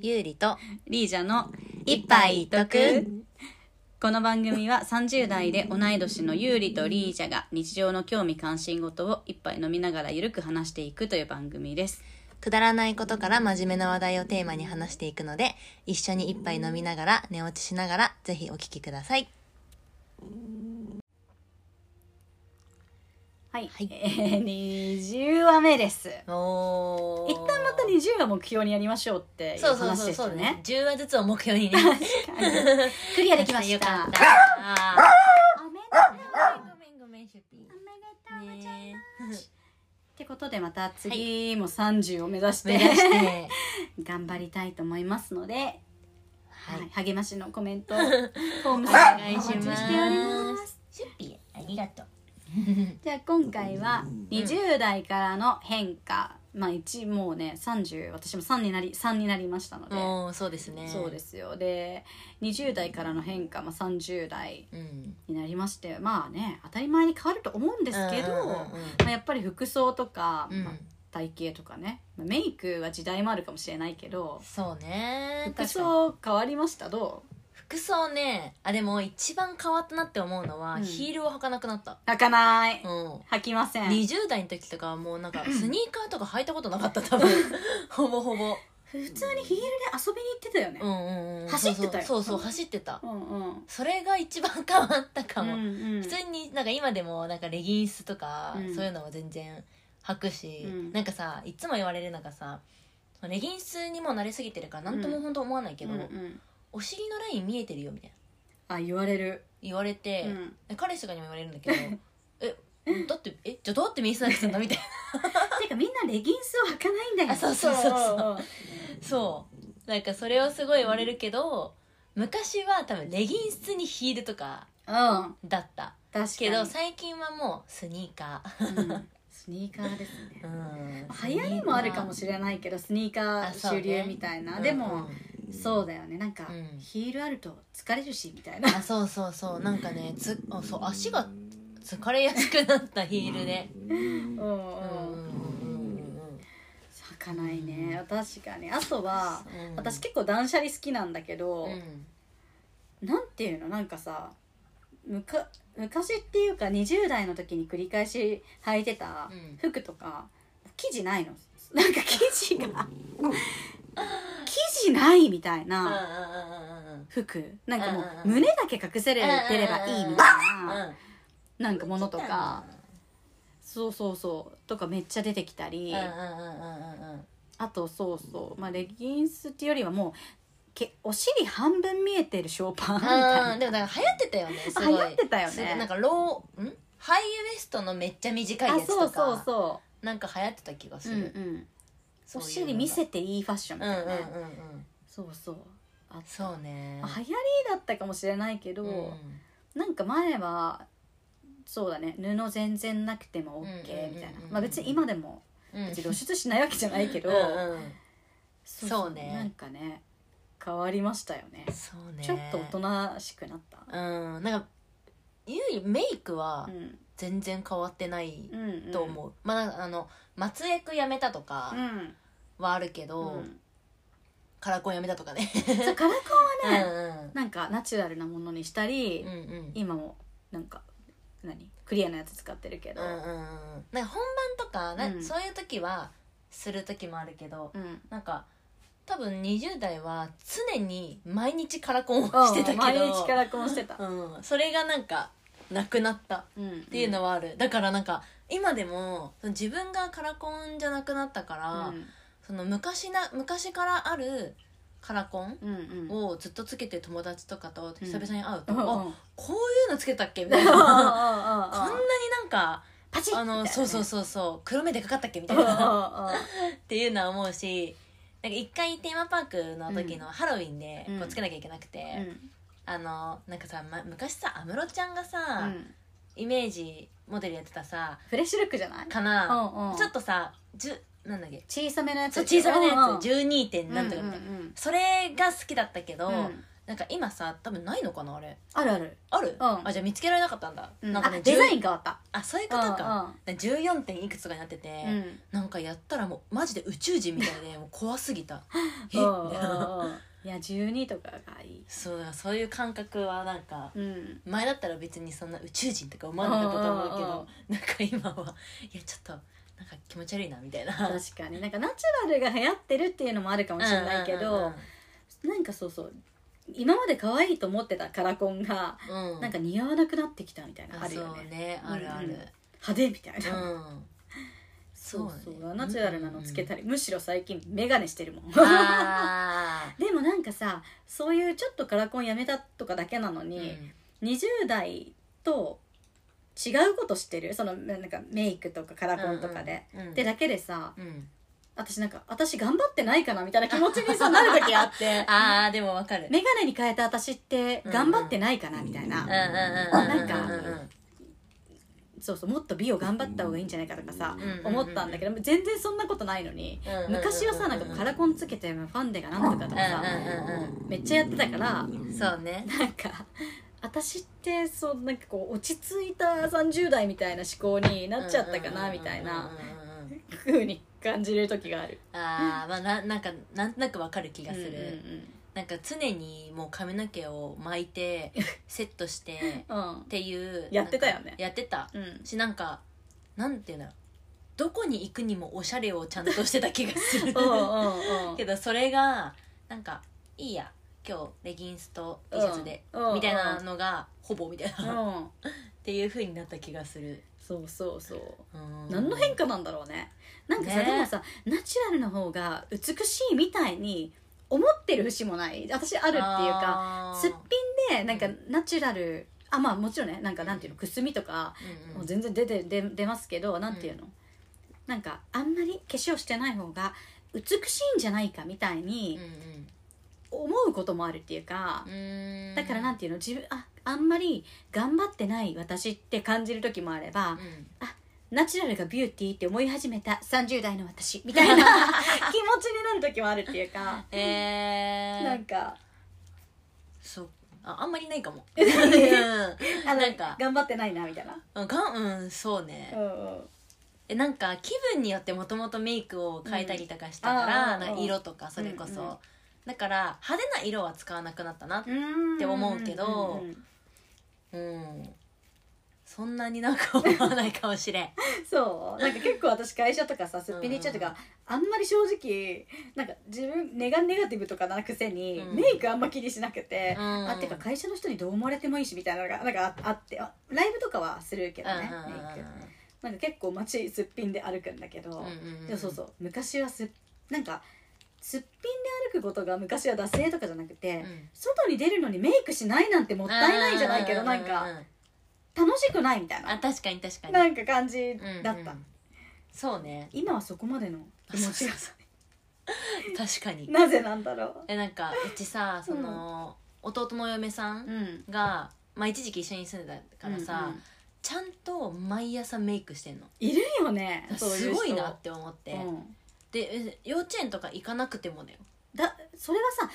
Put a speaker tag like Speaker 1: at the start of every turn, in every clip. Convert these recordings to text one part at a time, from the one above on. Speaker 1: ゆうりと
Speaker 2: リージャの
Speaker 1: 一杯一徳
Speaker 2: この番組は30代で同い年のユーリとリージャが日常の興味関心事を一杯飲みながらゆるく話していくという番組です
Speaker 1: くだらないことから真面目な話題をテーマに話していくので一緒に一杯飲みながら寝落ちしながらぜひお聞きください
Speaker 2: はい、
Speaker 1: はい
Speaker 2: えー、20話目です
Speaker 1: お
Speaker 2: 一旦また20話目標にやりましょうっていう
Speaker 1: そうそう
Speaker 2: 話
Speaker 1: そう
Speaker 2: でし
Speaker 1: そ
Speaker 2: た
Speaker 1: うね
Speaker 2: ね
Speaker 1: 10話ずつを目標 にね
Speaker 2: クリアできまし
Speaker 1: よ
Speaker 2: た
Speaker 1: かった
Speaker 2: おめでとう
Speaker 1: ごめんごめんシュピ
Speaker 2: おめでとうございます
Speaker 1: ね
Speaker 2: ってことでまた次も30を目指して、
Speaker 1: 目指して
Speaker 2: 頑張りたいと思いますので
Speaker 1: はい
Speaker 2: はい、励ましのコメ ント、フォームさんお願いします。
Speaker 1: シュピありがとう
Speaker 2: じゃあ今回は20代からの変化、まあ一もうね30私も3になり3になりましたので、
Speaker 1: おーそうですね
Speaker 2: そうですよで20代からの変化、まあ、30代
Speaker 1: うん
Speaker 2: になりましてまあね当たり前に変わると思うんですけど、
Speaker 1: うんうん
Speaker 2: まあ、やっぱり服装とか、
Speaker 1: うんうん
Speaker 2: まあ、体型とかねまあメイクは時代もあるかもしれないけど
Speaker 1: そうね確
Speaker 2: 服
Speaker 1: かに
Speaker 2: 装変わりましたどう
Speaker 1: 服装ねあでも一番変わったなって思うのは、
Speaker 2: うん
Speaker 1: ヒールを履かなくなった
Speaker 2: 履かない
Speaker 1: うん
Speaker 2: 履きません
Speaker 1: 20代の時とかはもうなんかスニーカーとか履いたことなかった多分 ほぼほぼ
Speaker 2: 普通にヒールで遊びに行ってたよね
Speaker 1: う、んうん、うん、
Speaker 2: 走ってたよ
Speaker 1: そうそうそう走ってた
Speaker 2: うん、うんうん
Speaker 1: それが一番変わったかも、
Speaker 2: 普
Speaker 1: 普通になんか今でもなんかレギンスとか、
Speaker 2: うん
Speaker 1: そういうのは全然履くし、
Speaker 2: うん
Speaker 1: なんかさいつも言われるのがさレギンスにもう慣れすぎてるからなんとも本当思わないけど、
Speaker 2: うんうん
Speaker 1: お尻のライン見えてるよみたいな
Speaker 2: あ言われる、
Speaker 1: 言われて、
Speaker 2: うん
Speaker 1: え彼氏とかにも言われるんだけど えだってえじゃあどうやって見せなくちゃんだみたい
Speaker 2: てかみんなレギンスを履かないんだよ
Speaker 1: あ そうそうそうそうん
Speaker 2: ん
Speaker 1: なそうなんかそれをすごい言われるけど昔は多分レギンスにヒールとか
Speaker 2: うん
Speaker 1: だった
Speaker 2: 確かに
Speaker 1: けど最近はもうスニーカ
Speaker 2: うんスニーカーです ね
Speaker 1: ーうん
Speaker 2: 流行りもあるかもしれないけどスニーカ
Speaker 1: あそ
Speaker 2: ー
Speaker 1: う
Speaker 2: 主
Speaker 1: ね
Speaker 2: 流みたいな、で
Speaker 1: うん
Speaker 2: も
Speaker 1: う、ん
Speaker 2: そうだよねなんか、
Speaker 1: うん
Speaker 2: ヒールあると疲れるしみたいな
Speaker 1: あそうそうそうなんかねつあそう足が疲れやすくなったヒールで
Speaker 2: うんう
Speaker 1: うんうんうん
Speaker 2: ん履かないね確かにあとは
Speaker 1: うん
Speaker 2: 私結構断捨離好きなんだけど、
Speaker 1: うん
Speaker 2: なんていうのなんかさむか昔っていうか20代の時に繰り返し履いてた
Speaker 1: うん
Speaker 2: 服とか、生地ないのなんか生地が生地ないみた
Speaker 1: うん
Speaker 2: い
Speaker 1: うんう
Speaker 2: な
Speaker 1: んうん
Speaker 2: 服なんかも
Speaker 1: うんうん
Speaker 2: う
Speaker 1: うん
Speaker 2: 胸だけ隠せれてればいいみたい
Speaker 1: うんう
Speaker 2: なんなんかものとかそうそうそうとかめっちゃ出てきた
Speaker 1: うん
Speaker 2: り
Speaker 1: うんうんうんうん
Speaker 2: あとそうそうまあレギンスっていうよりはもうけお尻半分見えてるショーパンみたいな
Speaker 1: うんでもだから流行ってたよねすごい
Speaker 2: 流行ってたよね
Speaker 1: すごいなんかローんハイウエストのめっちゃ短いやつとか
Speaker 2: あそうそうそ
Speaker 1: なんか流行ってた気が
Speaker 2: う
Speaker 1: す
Speaker 2: うんう
Speaker 1: る、
Speaker 2: ん
Speaker 1: そ
Speaker 2: お
Speaker 1: ういうのが
Speaker 2: 尻見せていいファッションみ
Speaker 1: うんうんう
Speaker 2: たい
Speaker 1: ん
Speaker 2: な、
Speaker 1: うん
Speaker 2: そうそうあ
Speaker 1: そうね
Speaker 2: 流行りだったかもしれないけど、
Speaker 1: うん
Speaker 2: なんか前はそうだね布全然なくても OK みた
Speaker 1: う
Speaker 2: いな
Speaker 1: んうんうんうん
Speaker 2: まあ別に今でも
Speaker 1: うん
Speaker 2: 別に露出しないわけじゃないけど、
Speaker 1: うんうんそうね
Speaker 2: なんかね変わりましたよね
Speaker 1: そうね
Speaker 2: ちょっと大人しくなった、
Speaker 1: うんなんかゆうりメイクは
Speaker 2: うん
Speaker 1: 全然変わってない
Speaker 2: うんうん、
Speaker 1: と思う、まあなんかあの松江区辞めたとか
Speaker 2: うん、
Speaker 1: はあるけ
Speaker 2: う
Speaker 1: ど、
Speaker 2: ん、
Speaker 1: カラコン辞めたとかね
Speaker 2: そうカラコ
Speaker 1: う
Speaker 2: ンは
Speaker 1: ん
Speaker 2: ね、
Speaker 1: うん
Speaker 2: なんかナチュラルなものにしたり、
Speaker 1: うんうん
Speaker 2: 今もなんか何クリアなやつ使ってるけど、
Speaker 1: うんうんうんなんか本番とかな、
Speaker 2: うん
Speaker 1: そういう時はする時もあるけど
Speaker 2: うん
Speaker 1: なんか多分20代は常に毎日カラコンを
Speaker 2: し
Speaker 1: してて
Speaker 2: た
Speaker 1: た
Speaker 2: け
Speaker 1: け
Speaker 2: ど
Speaker 1: ど
Speaker 2: 毎日からこうしてた、
Speaker 1: うん、それがなんかなくなった
Speaker 2: うん、っ
Speaker 1: っていうのはある、だからなんか今でもその自分がカラコンじゃなくなったから、その昔な昔からあるカラコン
Speaker 2: うんうん
Speaker 1: をずっとつけてる友達とかと
Speaker 2: うん
Speaker 1: 久々に会うと、
Speaker 2: うんうん
Speaker 1: あ
Speaker 2: うん
Speaker 1: こういうのつけたっけみたいなこんなに
Speaker 2: パ
Speaker 1: なんか
Speaker 2: チッ
Speaker 1: あ
Speaker 2: みたいな
Speaker 1: の
Speaker 2: ね
Speaker 1: そうそうそう そう黒目でかかったっけみた
Speaker 2: う
Speaker 1: い
Speaker 2: んうん
Speaker 1: なっていうのは思うしなんか一回テーマパークの時のハロウィンで
Speaker 2: うん
Speaker 1: こうつけなきゃいけなくて、
Speaker 2: うん
Speaker 1: あのなんかさ、ま、昔さ安室ちゃんがさ、
Speaker 2: うん
Speaker 1: イメージモデルやってたさ
Speaker 2: フレッシュルックじゃない
Speaker 1: かな、
Speaker 2: うんうん
Speaker 1: ちょっとさじゅなんだっけ
Speaker 2: 小さめのやつ
Speaker 1: そう小さめのやつ、
Speaker 2: うんうん
Speaker 1: 12点なんとかみたいな、
Speaker 2: うんうんうん
Speaker 1: それが好きだったけど、
Speaker 2: うん
Speaker 1: なんか今さ多分ないのかなあれ
Speaker 2: あるある
Speaker 1: ある、
Speaker 2: うん
Speaker 1: あじゃあ見つけられなかったんだ、
Speaker 2: うん
Speaker 1: なんかね
Speaker 2: あデザイ
Speaker 1: ン
Speaker 2: ン変わった
Speaker 1: あそういうことか、
Speaker 2: うんうん
Speaker 1: な14点いくつかになってて、
Speaker 2: うん
Speaker 1: なんかやったらもうマジで宇宙人みたいでもう怖すぎ たえ
Speaker 2: うんう
Speaker 1: みたいなん
Speaker 2: うんいや12とかがいい
Speaker 1: そうそういう感覚はなんか
Speaker 2: うん
Speaker 1: 前だったら別にそんな宇宙人とか思わなかったと思うけ
Speaker 2: うんうんうん
Speaker 1: どなんか今はいやちょっとなんか気持ち悪いなみたいな
Speaker 2: 確かになんかナチュラルが流行ってるっていうのもあるかもしれないけど、なんかそうそう今まで可愛いと思ってたカラコンが
Speaker 1: うんうんうんうん
Speaker 2: なんか似合わなくなってきたみたいな
Speaker 1: あ
Speaker 2: あるよ
Speaker 1: そう
Speaker 2: ね
Speaker 1: ねあるあ
Speaker 2: うん
Speaker 1: る
Speaker 2: 派手みたいな、
Speaker 1: うん
Speaker 2: そうそう
Speaker 1: ね
Speaker 2: ナチュラルなのつけたり、むしろ最近メガネしてるもん
Speaker 1: うんうんあ
Speaker 2: でもなんかさそういうちょっとカラコンやめたとかだけなの
Speaker 1: ー
Speaker 2: に、20代と違うことしてるそのなんかメイクとかカラコンとかで、
Speaker 1: うんうん
Speaker 2: でだけでさ
Speaker 1: うん
Speaker 2: 私なんか私頑張ってないかなみたいな気持ちにさ なる時あって
Speaker 1: あーでもわかる
Speaker 2: メガネに変えた私って頑張ってないかなみたいな、
Speaker 1: うんうんうんうん
Speaker 2: なんか
Speaker 1: うんうん
Speaker 2: そうそうもっと美を頑張った方がいいんじゃないかとかさ、
Speaker 1: うん
Speaker 2: 思ったんだけど全然そんなことないのに、
Speaker 1: うんうんうん
Speaker 2: 昔はさなんかカラコンつけてファンデがなんとかとかさ、
Speaker 1: うんうんうん
Speaker 2: めっちゃやってたから、
Speaker 1: そうね
Speaker 2: なんか私ってそうなんかこう落ち着いた30代みたいな思考になっちゃったかなみたい
Speaker 1: う
Speaker 2: な
Speaker 1: んうんうんうんうん
Speaker 2: 風に感じる時がある。
Speaker 1: あーまあななんかなんとなくわかる気がする、
Speaker 2: う
Speaker 1: なんか常にもう髪の毛を巻い てセットして
Speaker 2: んうんうんうん
Speaker 1: っていう
Speaker 2: やってたよね
Speaker 1: なんかやってた
Speaker 2: うん
Speaker 1: しなんかなんていうんだろうどこに行くにもおしゃれをちゃんとしてた気がする
Speaker 2: うんうん
Speaker 1: けどそれがなんかいいや今日レギンスと T シャツで、
Speaker 2: う ん
Speaker 1: みたいなのがほぼみたいな、っ
Speaker 2: うん
Speaker 1: ていう風になった気がする、
Speaker 2: そうそうそう
Speaker 1: うん
Speaker 2: 何の変化なんだろうねなんかさ、
Speaker 1: ね
Speaker 2: でもさナチュラルな方が美しいみたいに思ってる節もない私あるっていうか
Speaker 1: あー
Speaker 2: すっぴんでなんかナチュラルあまあもちろんねなんかなんていうのくすみとか、
Speaker 1: うんうん
Speaker 2: もう全然出て出出ますけどなんていうの、なんかあんまり化粧してない方が美しいんじゃないかみたいに思うこともあるっていうか、
Speaker 1: うんうん、
Speaker 2: だからなんていうの自分ああんまり頑張ってない私って感じる時もあれば、
Speaker 1: うん
Speaker 2: ナチュラルがビューティーって思い始めた30代の私みた いな気持ちになる時もあるっていうか
Speaker 1: え
Speaker 2: なん
Speaker 1: ー、
Speaker 2: か
Speaker 1: そうああんまりないか もな
Speaker 2: あなん
Speaker 1: んか
Speaker 2: か頑張ってないなみたいな、
Speaker 1: うんがんうんそう
Speaker 2: う
Speaker 1: ね
Speaker 2: んうん
Speaker 1: えなんか気分によってもともとメイクを変えたりとかしたから、
Speaker 2: うんあー
Speaker 1: なんか色とかそれこそ、
Speaker 2: うんうん
Speaker 1: だから派手な色は使わなくなったな
Speaker 2: って
Speaker 1: 思うけどうんそんなになんか思わないかもしれん
Speaker 2: そうなんか結構私会社とかさすっぴんに行っちゃうとか、あんまり正直なんか自分ネガネガティブとかなくせに、
Speaker 1: うん
Speaker 2: メイクあんま気にしなくて、
Speaker 1: うん
Speaker 2: あてか会社の人にどう思われてもいいしみたいなのがなんかああってあライブとかはするけどね、メイクなんか結構街すっぴんで歩くんだけど、でもそうそう昔はすなんかすっぴんで歩くことが昔は惰性とかじゃなくて、
Speaker 1: うん
Speaker 2: 外に出るのにメイクしないなんても
Speaker 1: も
Speaker 2: ったいないじゃないけどなんか楽しくないみたい
Speaker 1: あ
Speaker 2: な
Speaker 1: 確かに確かに
Speaker 2: なんか感じだった、
Speaker 1: うんうんそうね
Speaker 2: 今はそこまでの気持ちが
Speaker 1: 確かに
Speaker 2: なぜなんだろ
Speaker 1: えなんかうちさその、弟のお嫁さ
Speaker 2: うんうん
Speaker 1: が、まあ、一時期一緒に住んでたからさ、
Speaker 2: うんうん
Speaker 1: ちゃんと毎朝メイクしてんの
Speaker 2: いるよねそういう
Speaker 1: す
Speaker 2: 人
Speaker 1: ごいなって思って、
Speaker 2: うん
Speaker 1: でえ幼稚園とか行かなくてもだよ
Speaker 2: だそれはさ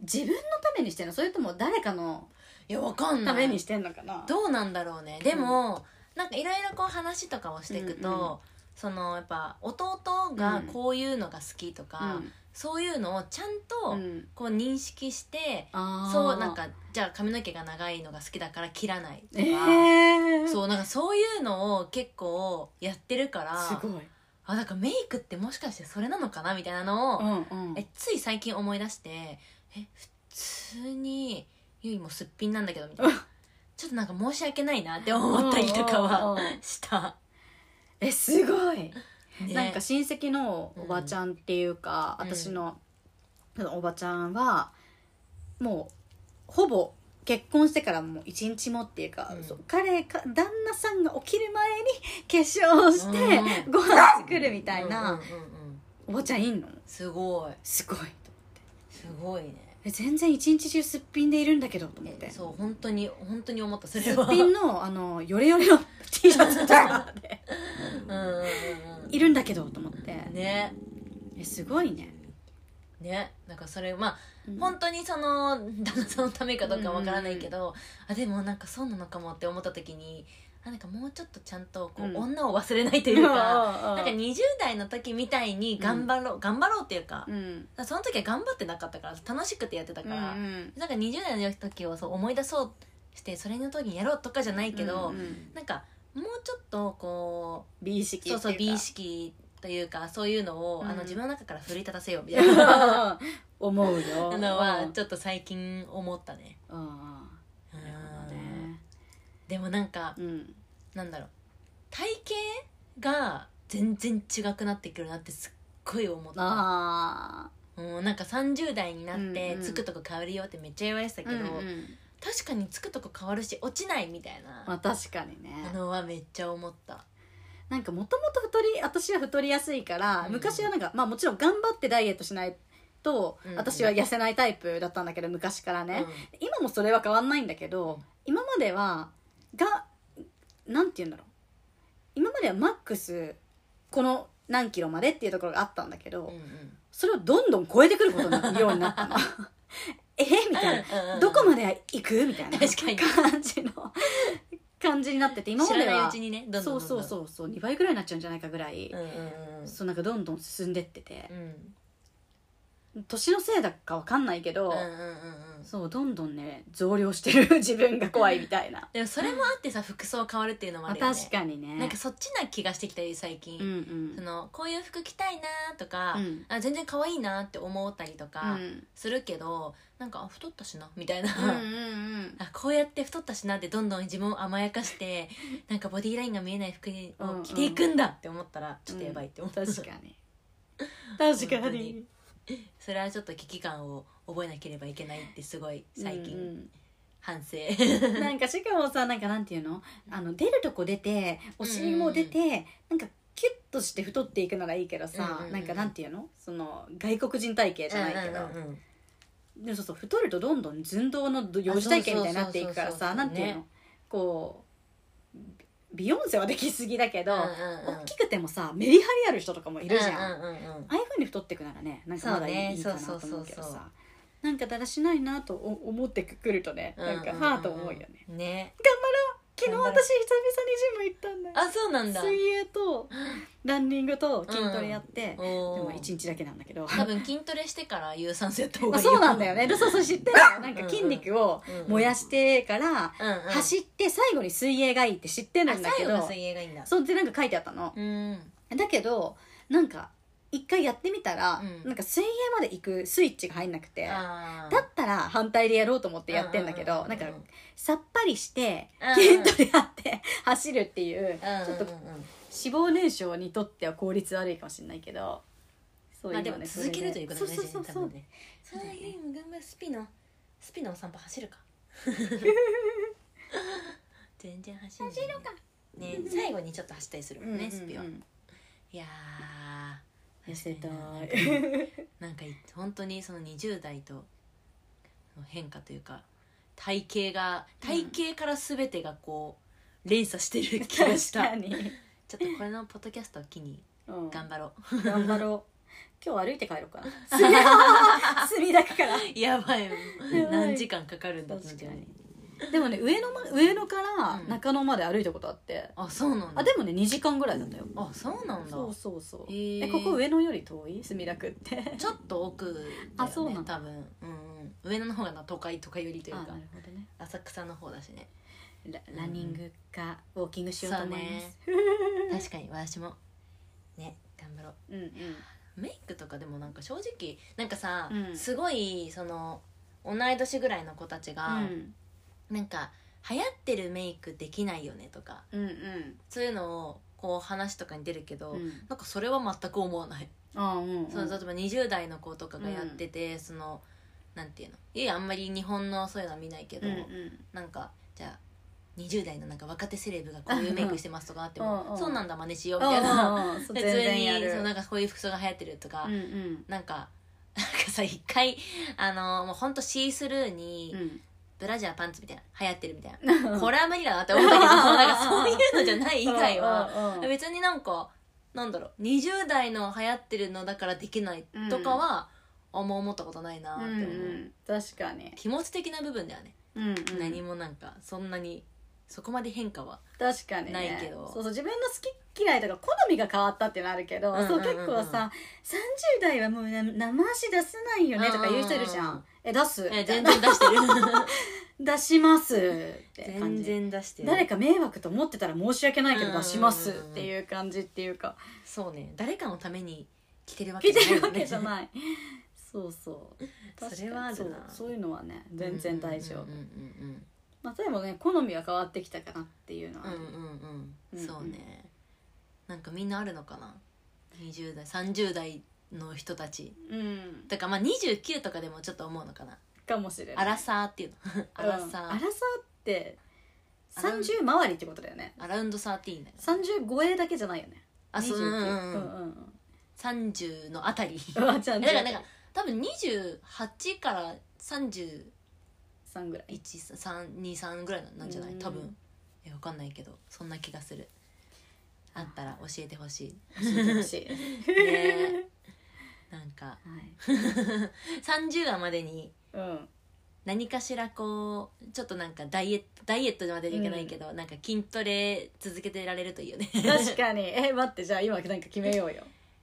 Speaker 2: 自分のためにしてんのそれとも誰かの
Speaker 1: いやわかんない
Speaker 2: ためにしてんのかな、
Speaker 1: どうなんだろうねでも、なんかいろいろこう話とかをしていくと、
Speaker 2: うんうん
Speaker 1: そのやっぱ弟がこういうのが好きとか、そういうのをちゃん
Speaker 2: うん
Speaker 1: と
Speaker 2: ん
Speaker 1: こう認識して、
Speaker 2: あー
Speaker 1: そうなんかじゃあ髪の毛が長いのが好きだから切らないとか、
Speaker 2: えー、
Speaker 1: そうなんかそういうのを結構やってるから
Speaker 2: すごい
Speaker 1: あなんかメイクってもしかしてそれなのかなみたいなのを、
Speaker 2: うんうん
Speaker 1: えつい最近思い出してえ普通にゆいもすっぴんなんだけどみたいなちょっとなんか申し訳ないなって思ったりとか
Speaker 2: うん
Speaker 1: は
Speaker 2: うんうん
Speaker 1: した、
Speaker 2: えすごい、
Speaker 1: ね
Speaker 2: なんか親戚のおばちゃんっていうか、
Speaker 1: うん
Speaker 2: 私のそのおばちゃんはもうほぼ結婚してからもう一日もっていうか、
Speaker 1: うん
Speaker 2: そう彼か旦那さんが起きる前に化粧をして、
Speaker 1: うん
Speaker 2: ご飯作るみたい
Speaker 1: うん
Speaker 2: な
Speaker 1: うんうんうん
Speaker 2: おばちゃんいんの
Speaker 1: すごい
Speaker 2: すごい
Speaker 1: すごいね
Speaker 2: え全然一日中すっぴんでいるんだけどと思っ
Speaker 1: え
Speaker 2: てすっ
Speaker 1: そう本当に本当に思ったそれは
Speaker 2: ぴんのあのヨレヨレの T シャツとかで
Speaker 1: うんうんうん
Speaker 2: いるんだけどと思って
Speaker 1: うんね
Speaker 2: えすごいね
Speaker 1: ねなんかそれまあ
Speaker 2: うん
Speaker 1: 本当にその 旦那さんのためかどうかわからないけど、あでもなんかそうなのかもって思った時にあなんかもうちょっとちゃんとこう、
Speaker 2: うん
Speaker 1: 女を忘れないというか。なんか
Speaker 2: うん
Speaker 1: 20代の時みたいに頑張ろう、頑張ろうっていうか
Speaker 2: う、ん
Speaker 1: その時は頑張ってなかったから楽しくてやってたから、
Speaker 2: うん
Speaker 1: なんか20代の時をそう思い出そうしてそれの時にやろうとかじゃないけど、
Speaker 2: うんうん
Speaker 1: なんかもうちょっとこ
Speaker 2: 美意識っ
Speaker 1: う
Speaker 2: てい
Speaker 1: そうう
Speaker 2: か
Speaker 1: そう美意 識というかそういうのを、
Speaker 2: うん
Speaker 1: あの自分の中から奮い立たせようみたいな
Speaker 2: 思うよ
Speaker 1: のは
Speaker 2: うん
Speaker 1: ちょっと最近思ったね。
Speaker 2: うんなるほど
Speaker 1: うん
Speaker 2: ね
Speaker 1: でもなんか
Speaker 2: うん
Speaker 1: なんだろう体型が全然違くなってくるなってすっごい思った。
Speaker 2: ああ
Speaker 1: うんなんか30代になって、
Speaker 2: うんうん
Speaker 1: つくとこ変わるよってめっちゃ言われてたけど、確かにつくとこ変わるし落ちないみたいな。
Speaker 2: まあ確かにね
Speaker 1: あのはめっちゃ思った。
Speaker 2: なんかもともと太り私は太りやすいから、
Speaker 1: うん
Speaker 2: 昔はなんかまあもちろん頑張ってダイエットしないと、
Speaker 1: うんうん
Speaker 2: 私は痩せないタイプだったんだけど昔からね、今もそれは変わんないんだけど今まではがなんて言うんだろう今まではマックスこの何キロまでっていうところがあったんだけど、
Speaker 1: うん、うん
Speaker 2: それをどんどん超えてくることになるようになっ たのえみたいな どこまで行くみたいな
Speaker 1: 確かに
Speaker 2: 感じの感じになってて今ま
Speaker 1: 知ら
Speaker 2: で
Speaker 1: ないう
Speaker 2: は
Speaker 1: ちにねどんどんどんどん
Speaker 2: そうそうそうそう2倍ぐらいになっちゃうんじゃないかぐらい、
Speaker 1: うんうんうん
Speaker 2: そうなんかどんどん進んでってて
Speaker 1: う、ん
Speaker 2: 年のせいだかわかんないけど、
Speaker 1: うんうんうんうん
Speaker 2: そうどんどんね増量してる自分が怖いみたいな、
Speaker 1: でもそれもあってさ服装変わるっていうのもあ
Speaker 2: あ
Speaker 1: るよね
Speaker 2: 確かにね
Speaker 1: なんかそっちな気がしてきたり最近、
Speaker 2: うん
Speaker 1: そのこういう服着たいなとか、
Speaker 2: うんうん
Speaker 1: あ全然可愛いなって思ったりとか
Speaker 2: うん
Speaker 1: するけど、なんかあ太ったしなみたいな、
Speaker 2: うんうん
Speaker 1: あこうやって太ったしなってどんどん自分を甘やか してなんかボディラインが見えない服を着ていくんだって思ったらちょっとやばいって思った、
Speaker 2: 確かに確か
Speaker 1: 本当
Speaker 2: に
Speaker 1: にそれはちょっと危機感を覚えなければいけないってすごい最近、
Speaker 2: うんうん
Speaker 1: 反省
Speaker 2: なんかしかもさなんかなんていうのあの出るとこ出てお尻も出て、なんかキュッとして太っていくならいいけどさ、
Speaker 1: うんうんうん
Speaker 2: なんかなんていうのその外国人体型じゃないけど、でもそうそう太るとどんどん寸胴の幼児体型みたいになっていくから
Speaker 1: あ
Speaker 2: さ
Speaker 1: そ
Speaker 2: な
Speaker 1: うそうそうそうん
Speaker 2: ていうの、
Speaker 1: ね
Speaker 2: こうビヨンセはできすぎだけど、大
Speaker 1: 大
Speaker 2: きくてもさメリハリある人とかもいるじゃん、あ
Speaker 1: うんうんうん
Speaker 2: あいうふうに太っていくならねなんかまだいい,、
Speaker 1: そうね
Speaker 2: いいかなと
Speaker 1: そう
Speaker 2: 思
Speaker 1: そうう
Speaker 2: け
Speaker 1: そ
Speaker 2: ど
Speaker 1: う
Speaker 2: さ
Speaker 1: そう
Speaker 2: なんかだらしないなとお思ってくるとね
Speaker 1: うんうん
Speaker 2: なんかはあと思うよね、
Speaker 1: ね
Speaker 2: 昨日私久々にジム行ったんだよ
Speaker 1: あそうなんだ
Speaker 2: 水泳とランニングと筋トレやって、
Speaker 1: お
Speaker 2: でも
Speaker 1: ー
Speaker 2: 1日だけなんだ けど
Speaker 1: 多分筋トレしてから有酸素やった方
Speaker 2: ま
Speaker 1: がい
Speaker 2: あ
Speaker 1: いよ
Speaker 2: そうなんだよねでそうそう知ってるよなんか筋肉を
Speaker 1: うんうん
Speaker 2: 燃やしてから
Speaker 1: うんうん
Speaker 2: 走って最後に水泳がいいって知ってるんだ
Speaker 1: あ
Speaker 2: け
Speaker 1: 最後が
Speaker 2: ど
Speaker 1: 水泳がいいんだ
Speaker 2: そうってなんか書いてあったの
Speaker 1: うんうん
Speaker 2: だけどなんか一回やってみたら
Speaker 1: うん
Speaker 2: なんか水泳まで行くスイッチが入んなくてだ
Speaker 1: あー
Speaker 2: ったら反対でやろうと思ってやってんだけど
Speaker 1: う
Speaker 2: なん
Speaker 1: う
Speaker 2: か
Speaker 1: う
Speaker 2: さっぱりして
Speaker 1: うん
Speaker 2: 筋トレやって走るっていう
Speaker 1: うん
Speaker 2: ちょっと
Speaker 1: うんうんうん
Speaker 2: 脂肪燃焼にとっては効率悪いかもしれないけどそう
Speaker 1: まあで
Speaker 2: 今
Speaker 1: も
Speaker 2: ね
Speaker 1: 続けるということ
Speaker 2: そ
Speaker 1: ね
Speaker 2: れでそうそうそう
Speaker 1: 多分ねそれいいも頑張るスピのスピのお散歩走る か全然走る走るかね最後にちょっと走ったりするもんねスピははいやー
Speaker 2: 痩せたい
Speaker 1: なんかい本当にその20代との変化というか体型が体型から全てがこう連鎖してる気がし
Speaker 2: 確か
Speaker 1: た
Speaker 2: に、
Speaker 1: ちょっとこれのポッドキャストを機に
Speaker 2: うん、
Speaker 1: 頑張ろ
Speaker 2: 頑張ろう今日歩いて帰ろうかな墨田区から
Speaker 1: うやばいも
Speaker 2: やば
Speaker 1: う
Speaker 2: い
Speaker 1: 何時間かかるんだってなっちゃうね
Speaker 2: でもね上野ま上野から
Speaker 1: うん
Speaker 2: 中野まで歩いたことあって、
Speaker 1: あそうなんだ
Speaker 2: あでもね2時間ぐらいだったよ
Speaker 1: あそうなんだ
Speaker 2: そうそうそう
Speaker 1: へー
Speaker 2: えここ上野より遠い墨田区って
Speaker 1: ちょっと奥だよ、ね、
Speaker 2: あそうなんだ
Speaker 1: 多分、うんうん、上野の方がな都会都会寄りという
Speaker 2: あな
Speaker 1: か
Speaker 2: るほどね
Speaker 1: 浅草の方だしね
Speaker 2: ラランニングかウォーキングしようと思い ま
Speaker 1: 確
Speaker 2: す
Speaker 1: かに私もね頑張ろう
Speaker 2: う,、ん
Speaker 1: メイクとかでもなんか正直なんかさ、
Speaker 2: うん
Speaker 1: すごいその同い年ぐらいの子たちが、
Speaker 2: うん
Speaker 1: なんか流行ってるメイクできないよねとか
Speaker 2: うんうん
Speaker 1: そういうのをこう話とかに出るけど、
Speaker 2: うん
Speaker 1: なんかそれは全く思わない
Speaker 2: あうんうん
Speaker 1: その例えば20代の子とかがやってて、そのなんていうのいやあんまり日本のそういうのは見ないけど、
Speaker 2: うんうん
Speaker 1: なんかじゃあ20代のなんか若手セレブがこういうメイクしてますとかあっても
Speaker 2: うんうん
Speaker 1: そうなんだ真似しようみたいな
Speaker 2: あうんそう
Speaker 1: 普
Speaker 2: 全
Speaker 1: 通
Speaker 2: 然や
Speaker 1: に
Speaker 2: る
Speaker 1: そうなんかこういう服装が流行ってるとか、
Speaker 2: うんうん
Speaker 1: なんか なんかさ一回あのもうほんとシースルーに
Speaker 2: うん
Speaker 1: ブラジャーパンツみたいな流行ってるみたいな、
Speaker 2: うん
Speaker 1: これは無理だなって思 ったけどなんかそういうのじゃない以外は
Speaker 2: うんうんうん
Speaker 1: 別になんかなんだろう20代の流行ってるのだからできないとかはあんま思ったことないなっ
Speaker 2: う
Speaker 1: て
Speaker 2: ん
Speaker 1: 思う、
Speaker 2: うん確かに、
Speaker 1: 気持ち的な部分ではね、
Speaker 2: うんうん、
Speaker 1: 何もなんかそんなにそこまで変化は
Speaker 2: 確かに、ね、
Speaker 1: ないけど
Speaker 2: そうそう自分の好き嫌いとか好みが変わったっていうのあるけど、
Speaker 1: うんうんうんうん
Speaker 2: そう結構さ30代はもうな生足出せないよねとか言う人いるじゃん、
Speaker 1: うんうんうん
Speaker 2: え出す
Speaker 1: え全然出 してる
Speaker 2: 出しますって感
Speaker 1: 全
Speaker 2: じ
Speaker 1: 然出してる
Speaker 2: 誰か迷惑と思ってたら申し訳ないけ
Speaker 1: う
Speaker 2: ど
Speaker 1: んうんうん
Speaker 2: 出しますっていう感じっていうか
Speaker 1: そうね誰かのために来てるわ
Speaker 2: 聞
Speaker 1: け
Speaker 2: いてる
Speaker 1: も
Speaker 2: わ
Speaker 1: んね
Speaker 2: けじ ゃないそうそう確かに
Speaker 1: それはあるな
Speaker 2: そうそういうのはね全然大丈夫、
Speaker 1: うんうん
Speaker 2: まあ、でもね好みが変わってきたかなっていうの
Speaker 1: う
Speaker 2: は、
Speaker 1: んうんうんうん
Speaker 2: うんうん
Speaker 1: そうねなんかみんなあるのかな20代30代の人たち
Speaker 2: うん
Speaker 1: だからまあ29とかでもちょっと思うのかな
Speaker 2: かもしれな
Speaker 1: ア
Speaker 2: い
Speaker 1: ラサーっていうのアラ
Speaker 2: うん
Speaker 1: サ
Speaker 2: アラ
Speaker 1: ー
Speaker 2: サーって
Speaker 1: アラン
Speaker 2: 30周りってことだよね
Speaker 1: アラウンドサーティーンだよね
Speaker 2: 30超えだけじゃないよね
Speaker 1: あそううんうん
Speaker 2: 29
Speaker 1: うん30のあたり
Speaker 2: うんうんうわちゃ
Speaker 1: だ
Speaker 2: ん
Speaker 1: からなんか多分28から
Speaker 2: 3ぐらい
Speaker 1: 31323ぐらいなんじゃない多分えわかんないけどそんな気がするあったら教えてほしい
Speaker 2: 教えてほしい
Speaker 1: ねなんか
Speaker 2: はい
Speaker 1: 30話までに
Speaker 2: うん
Speaker 1: 何かしらこうちょっとなんかダイエットダイエットまでにいけないけど、なんか筋トレ続けてられるといいよね
Speaker 2: 確かにえ待ってじゃあ今なんか決めようよ、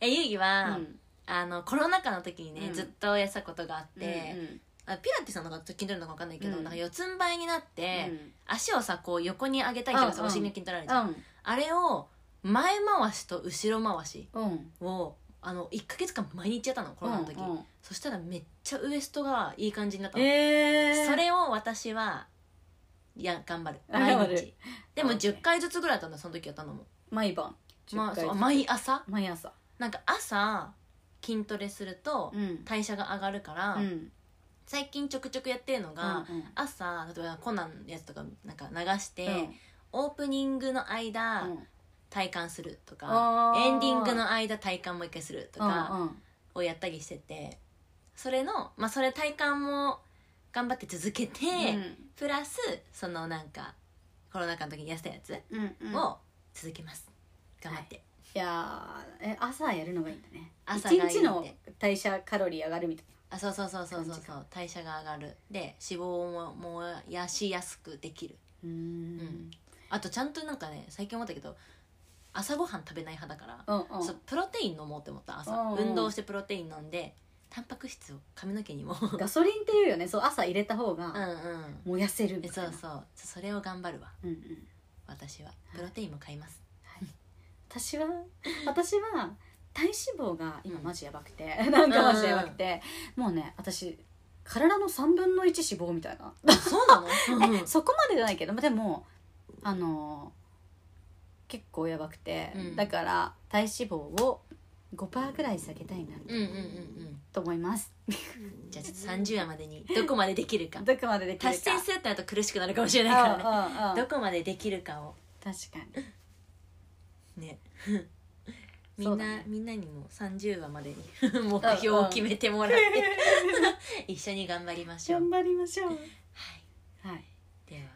Speaker 1: えゆうぎ
Speaker 2: う
Speaker 1: は、
Speaker 2: ん、
Speaker 1: あのコロナ禍の時にね、
Speaker 2: うん
Speaker 1: ずっとやってたことがあって、
Speaker 2: うん
Speaker 1: あピラティスなのか筋トレなのか分かんないけど、
Speaker 2: うん
Speaker 1: なんか四つん這いになって、
Speaker 2: うん
Speaker 1: 足をさこう横に上げたい人がさ
Speaker 2: うん
Speaker 1: お
Speaker 2: うん
Speaker 1: 尻の筋トレあるじゃん、
Speaker 2: うん
Speaker 1: あれを前回しと後ろ回し
Speaker 2: うん
Speaker 1: をあの1か月間毎日やったのコロナの時、
Speaker 2: うんうん
Speaker 1: そしたらめっちゃウエストがいい感じになったの、
Speaker 2: えー、
Speaker 1: それを私はいや頑張る
Speaker 2: あ
Speaker 1: 毎
Speaker 2: 頑張る
Speaker 1: 日でも
Speaker 2: あ OK
Speaker 1: 10回ずつぐらいだったんだその時やったのも、
Speaker 2: 毎晩
Speaker 1: ま
Speaker 2: 10
Speaker 1: あ、
Speaker 2: 回
Speaker 1: そう毎朝
Speaker 2: 毎朝
Speaker 1: なんか朝筋トレすると
Speaker 2: うん
Speaker 1: 代謝が上がるから、
Speaker 2: うん
Speaker 1: 最近ちょくちょくやってるのが、朝例えばコナンのやつとかなんか流して、オープニングの間、体感するとかエンディングの間体感もう一回すると
Speaker 2: と
Speaker 1: かをやったりしててそれの、まあ、それ体感も頑張って続けて、プラスそのなんかコロナ禍の時に痩せたやつ
Speaker 2: うんうん
Speaker 1: を続けます、頑張って、
Speaker 2: いやーえ朝やるのがいいんだね
Speaker 1: 朝
Speaker 2: 一
Speaker 1: がいいって
Speaker 2: 日の代謝カロリー上がるみたい
Speaker 1: あそうそうそうそうそう
Speaker 2: 感じ
Speaker 1: そう代謝が上がるで脂肪も燃やしやすくできる
Speaker 2: なうん
Speaker 1: あとちゃんとなんかね最近思ったけど朝ごはん食べない派だから、
Speaker 2: うんうん
Speaker 1: そうプロテイン飲もうって思った朝、
Speaker 2: うんうん
Speaker 1: 運動してプロテイン飲んでタンパク質を髪の毛にも
Speaker 2: ガソリンっていうよねそう朝入れた方
Speaker 1: うんう
Speaker 2: が
Speaker 1: ん
Speaker 2: 燃やせるみ
Speaker 1: え
Speaker 2: た
Speaker 1: そ
Speaker 2: いうな
Speaker 1: そうそれを頑張るわ
Speaker 2: うんうん
Speaker 1: 私はプロテインも買います
Speaker 2: 私は私は体脂肪が今マジやばくてなんかマジやばくてもうね私体の3分の1脂肪みたいな
Speaker 1: そうなの
Speaker 2: えそこまでじゃないけどでもあのー結構やばくて、
Speaker 1: うん
Speaker 2: だから体脂肪を5%ぐらい下げたいな
Speaker 1: うんうんうんうん
Speaker 2: と思います、
Speaker 1: じゃあちょっと30話まで にどこまでできるか
Speaker 2: どこまでできるか
Speaker 1: 達成するってなると苦しくなるかもしれ
Speaker 2: う
Speaker 1: なんいからね
Speaker 2: うんうん
Speaker 1: どこまでできるかを
Speaker 2: 確かに
Speaker 1: ねみ
Speaker 2: そうんだ
Speaker 1: な、
Speaker 2: ね
Speaker 1: みんなにも30話までに 目標を決めてもらって 一緒に頑張りましょう、は
Speaker 2: 頑張りましょうはい
Speaker 1: い、では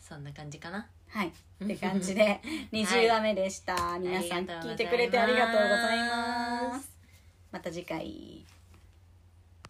Speaker 1: そんな感じかな
Speaker 2: はいって感じで20話目でした、皆さん聞いてくれてありがとうござ
Speaker 1: あ
Speaker 2: い
Speaker 1: りがとうござい
Speaker 2: ま
Speaker 1: ます
Speaker 2: すまた次回